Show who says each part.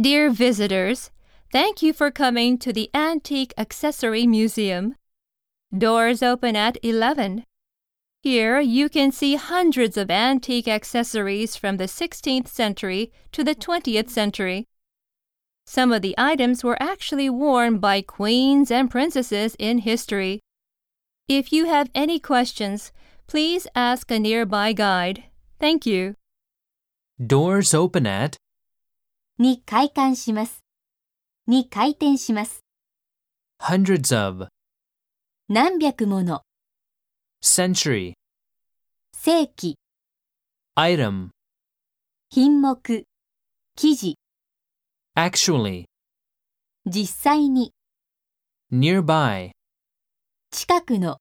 Speaker 1: Dear visitors, thank you for coming to the Antique Accessory Museum. Doors open at 11. Here you can see hundreds of antique accessories from the 16th century to the 20th century. Some of the items were actually worn by queens and princesses in history. If you have any questions, please ask a nearby guide. Thank you.
Speaker 2: Doors open at
Speaker 3: に開館します。に開店します。
Speaker 2: hundreds of,
Speaker 3: 何百もの、
Speaker 2: century,
Speaker 3: 世紀、
Speaker 2: item,
Speaker 3: 品目、記事、
Speaker 2: actually,
Speaker 3: 実際に、
Speaker 2: nearby,
Speaker 3: 近くの、